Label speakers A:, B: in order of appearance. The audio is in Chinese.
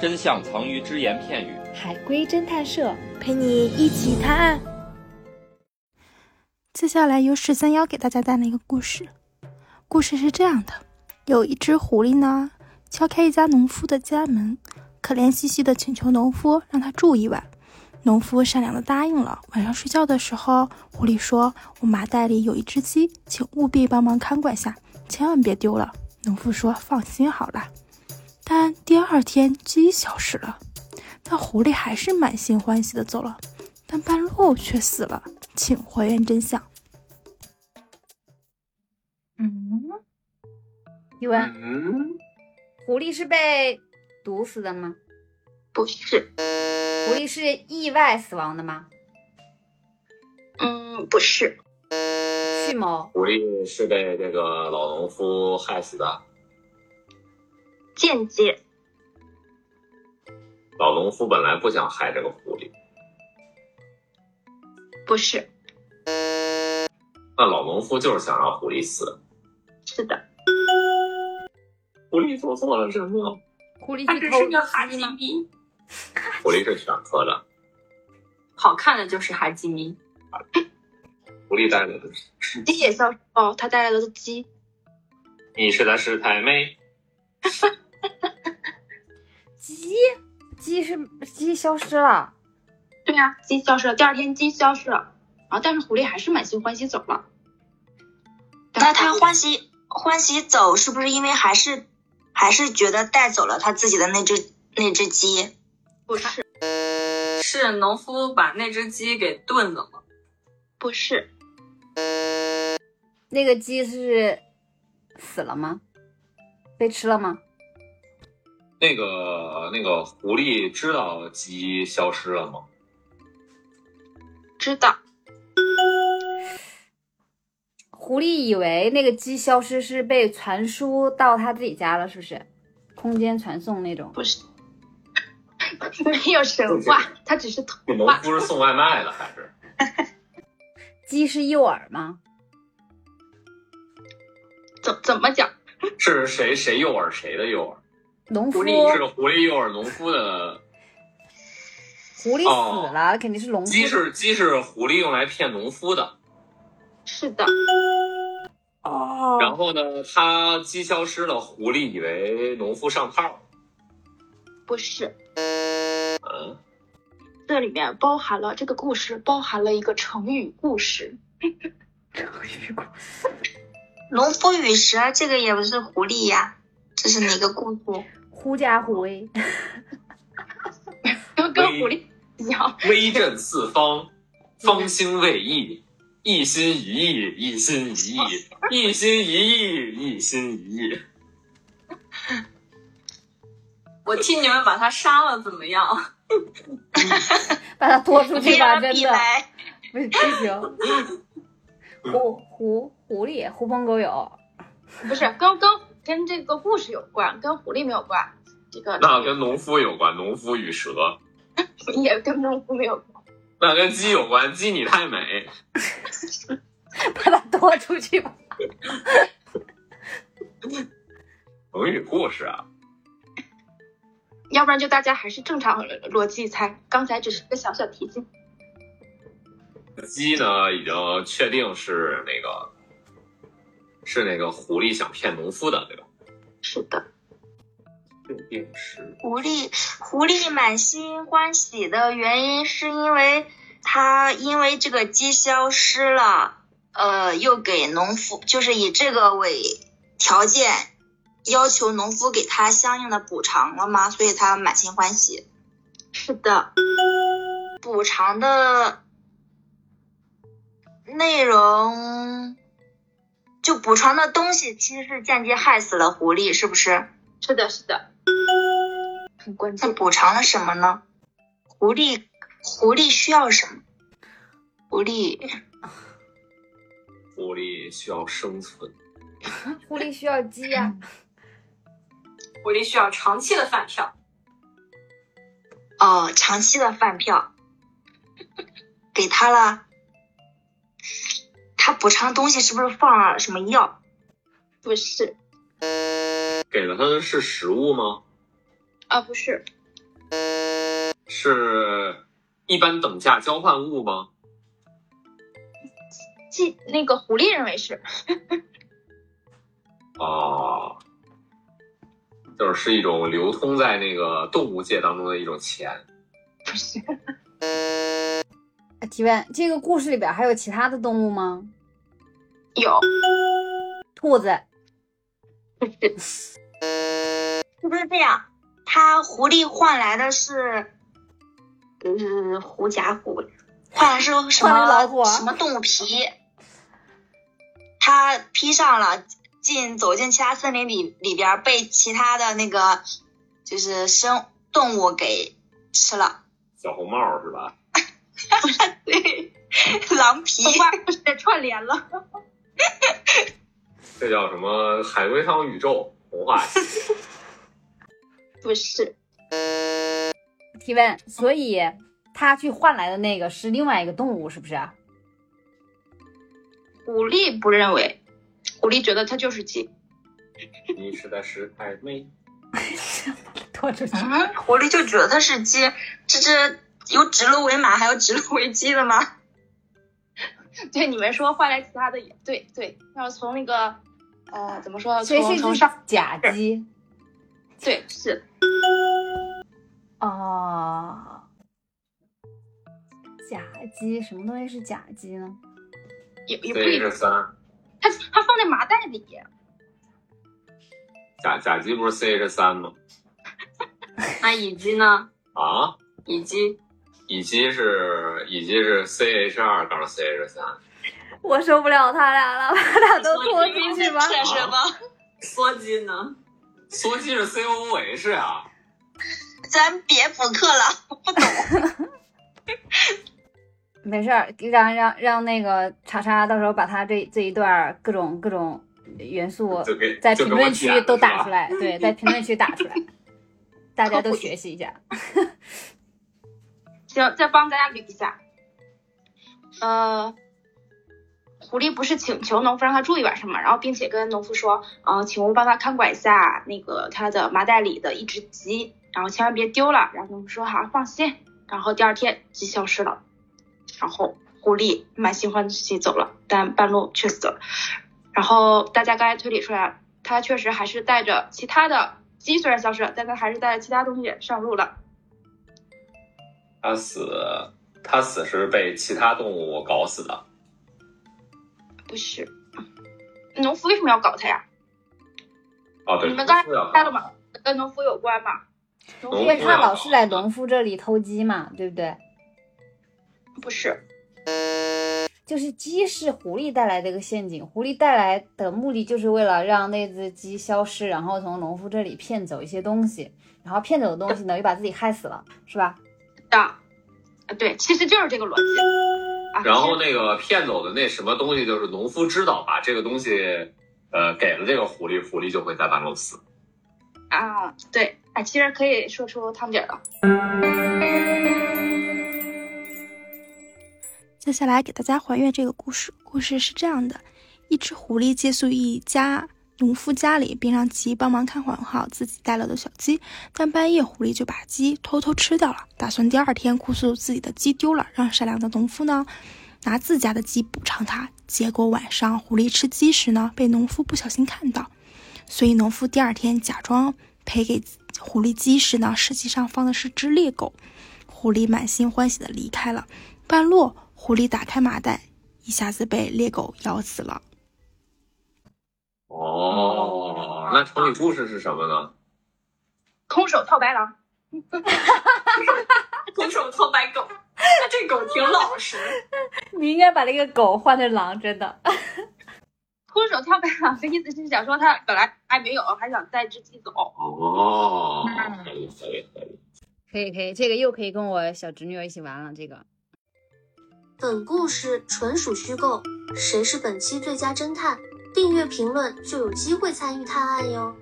A: 真相藏于只言片语。
B: 海龟侦探社陪你一起探案。
C: 接下来由十三幺给大家带来一个故事。故事是这样的：有一只狐狸呢，敲开一家农夫的家门，可怜兮兮的请求农夫让他住一晚。农夫善良的答应了。晚上睡觉的时候，狐狸说：“我麻袋里有一只鸡，请务必帮忙看管下，千万别丢了。”农夫说：“放心好了。”但第二天鸡消失了，但狐狸还是满心欢喜的走了，但半路却死了。请还原真相。
D: 嗯，宇文，
E: 嗯，
D: 狐狸是被毒死的吗？
E: 不是，
D: 狐狸是意外死亡的吗？
E: 嗯，不是，
D: 蓄谋，
F: 狐狸是被这个老农夫害死的。
E: 间接，
F: 老农夫本来不想害这个狐狸，
E: 不是，
F: 那老农夫就是想让狐狸死。
E: 是的，
F: 狐狸做错了什么？
D: 狐狸
E: 啊
G: 它
D: 去
G: 只是个
D: 偷
G: 哈
D: 鸡
G: 基
D: 吗？
G: 米，
F: 狐狸是犬科的，
G: 好看的就是哈基米。
F: 狐狸带来的。
E: 鸡也消失哦，它带来的是鸡，
F: 你是他师太哎妹，
D: 鸡，鸡是鸡消失了。
E: 对
H: 啊
E: 呀、鸡消失了。第二天鸡消失了，然后但是狐狸还是满心欢喜走了。
H: 那他欢喜欢喜走，是不是因为还是还是觉得带走了他自己的那只那只鸡？
E: 不是
G: 是农夫把那只鸡给炖了吗？
E: 不是
D: 那个鸡是死了吗？被吃了吗？
F: 那个那个狐狸知道鸡消失了吗？
E: 知道
D: 狐狸以为那个鸡消失是被传输到他自己家了，是不是？空间传送那种。
E: 不是， 没有神话，它只
F: 这
E: 是童
F: 农
E: 话。
F: 夫是送外卖的还是？
D: 鸡是诱饵吗？
E: 怎怎么讲？
F: 是谁谁诱饵谁的诱
D: 农夫，
G: 狐
F: 饵？
G: 狸
F: 是狐狸诱饵农夫的。
D: 狐狸死了，肯定是农夫。
F: 鸡是鸡是狐狸用来骗农夫的。
E: 是的，
C: 哦
F: 然后呢，他鸡消失了，狐狸以为农夫上套。
E: 不是。
F: 嗯，
E: 这里面包含了这个故事，包含了一个成语故事。
H: 农夫与蛇这个也不是狐狸呀，这是哪个故事？
D: 狐假虎威，
E: 跟跟狐狸一 样，
F: 威震四方，方兴未艾，一心一意，一心一意，一心一意，一心一 意。
G: 我替你们把它杀了，怎么样？
D: 把它拖出去吧，
H: 让
D: 真
H: 比
D: 的
H: 来，
D: 不不行。狐狐狐狸，狐朋狗友，
E: 不是跟跟跟这个故事有关，跟狐狸没有关。这个
F: 那跟农夫有关，农夫与蛇。
E: 也跟农夫没有关。
F: 那跟鸡有关，鸡你太美。
D: 把它拖出去吧。
F: 成语故事啊，
E: 要不然就大家还是正常逻辑猜，刚才只是个小小提醒。
F: 鸡呢已经确定是那个，是那个狐狸想骗农夫的，对吧？
E: 是的，
F: 确定是
H: 狐狸狐狸满心欢喜的原因是因为他因为这个鸡消失了，呃，又给农夫就是以这个为条件要求农夫给他相应的补偿了吗？所以他满心欢喜。
E: 是的，
H: 补偿的内容，就补偿的东西其实是间接害死了狐狸，是不是？
E: 是的，是的，很关
H: 那
E: 键。
H: 补偿了什么呢？狐狸，狐狸需要什么？狐狸
F: 狐狸需要生存。
D: 狐狸需要鸡呀、
G: 狐狸需要长期的饭票。
H: 哦，长期的饭票给他了，他补偿东西是不是放了什么药？
E: 不是
F: 给了他的是食物吗？
E: 啊，不是，
F: 是一般等价交换物吗？
E: 即那个狐狸认为是，
F: 哦，就是是一种流通在那个动物界当中的一种钱。
E: 不是
D: 哎提问：这个故事里边还有其他的动物吗？
E: 有，
D: 兔子。
E: 不是
H: 是不是这样？他狐狸换来的是，呃，狐假虎，换的是什
D: 换
H: 么
D: 了老虎啊
H: 什么动物皮？他披上了，进走进其他森林里里边儿，被其他的那个就是生动物给吃了。
F: 小红帽是吧？
H: 对，狼 皮。
E: 冬瓜不是串联了，
F: 这叫什么？海龟汤宇宙童话系。
E: 不是
D: 提问：所以他去换来的那个是另外一个动物，是不是？啊
E: 狐狸不认为，狐狸觉得它就是鸡，
F: 你实在是太 美。
D: 拖出去。
H: 嗯，狐狸就觉得它是鸡，这这有指鹿为马，还有指鹿为鸡的吗？
E: 对你们说换来其他的也对对，要是从那个呃怎么说，
D: 所以是
E: 从
D: 一
E: 从
D: 只
E: 上
D: 假 鸡
E: 对是
D: 哦，假鸡什么东西是假鸡呢？
E: 也也不
F: 所以
E: 一定
F: 是，三
E: 它它放在麻袋里，
F: 甲甲基不是 CH 三吗？
G: 那乙基呢？
F: 啊，
G: 乙基
F: 乙基是乙基是 CH 二杠 CH 三。
D: 我受不了他俩了，把俩都拖出去吧。
H: 这是吗？
G: 羧基呢？
F: 羧基是 COOH 啊。
H: 咱别补课了，我不懂。
D: 没事儿，让让让那个查查，到时候把他这这一段儿各种各种元素
F: 就给
D: 在
F: 就
D: 评
F: 给
D: 论
F: 我
D: 区
F: 剪了
D: 都
F: 是
D: 打
F: 吧
D: 出来，对，在评论区打 出来，大家都学习一下。
E: 行，再帮大家捋一下。呃，狐狸不是请求农夫让他住一晚上嘛，然后并且跟农夫说，呃，请务帮他看管一下那个他的麻袋里的一只鸡，然后千万别丢了。然后农夫说好，放心。然后第二天鸡消失了，然后狐狸满心欢喜走了，但半路却死了。然后大家刚才推理出来，他确实还是带着其他的鸡，虽然消失了，但他还是带着其他东西上路了。
F: 他死，他死是被其他动物搞死的。
E: 不是，嗯农夫为什么要搞他呀？
F: 哦，对，
E: 你们刚才
F: 不要
E: 猜了吗？跟农夫有关吗？农
F: 农夫
D: 因
E: 夫
D: 为
E: 为
D: 他
F: 呀
E: 啥
D: 老是来农夫这里偷鸡嘛，对不对？
E: 不是？
D: 就是鸡是狐狸带来的一个陷阱，狐狸带来的目的就是为了让那只鸡消失，然后从农夫这里骗走一些东西，然后骗走的东西呢又把自己害死了，是吧？
E: 的，啊对，其实就是这个逻辑。啊，
F: 然后
E: 呢？
F: 那个骗走的那什么东西，就是农夫知道把这个东西，呃，给了这个狐狸，狐狸就会在半路死。
E: 啊，对，啊，其实可以说出汤底儿了。
C: 接下来给大家还原这个故事。故事是这样的：一只狐狸借宿一家农夫家里，并让其帮忙看管好自己带了的小鸡。但半夜，狐狸就把鸡偷偷吃掉了，打算第二天哭诉自己的鸡丢了，让善良的农夫呢拿自家的鸡补偿他。结果晚上，狐狸吃鸡时呢，被农夫不小心看到，所以农夫第二天假装赔给狐狸鸡时呢，实际上放的是只猎狗。狐狸满心欢喜的离开了。半路，狐狸打开麻袋，一下子被猎狗咬死了。
F: 哦，那成语故事是什么呢？
E: 空手套白狼，
G: 空手套白狗， 那这狗挺老实。
D: 你应该把那个狗换成狼，真的。
E: 空手套白狼的意思是想说他本来还没有，还想带只鸡走。
F: 哦，可以可以可以。
D: 可以可以，这个又可以跟我小侄女儿一起玩了。这个
I: 本故事纯属虚构，谁是本期最佳侦探？订阅评论就有机会参与探案哟。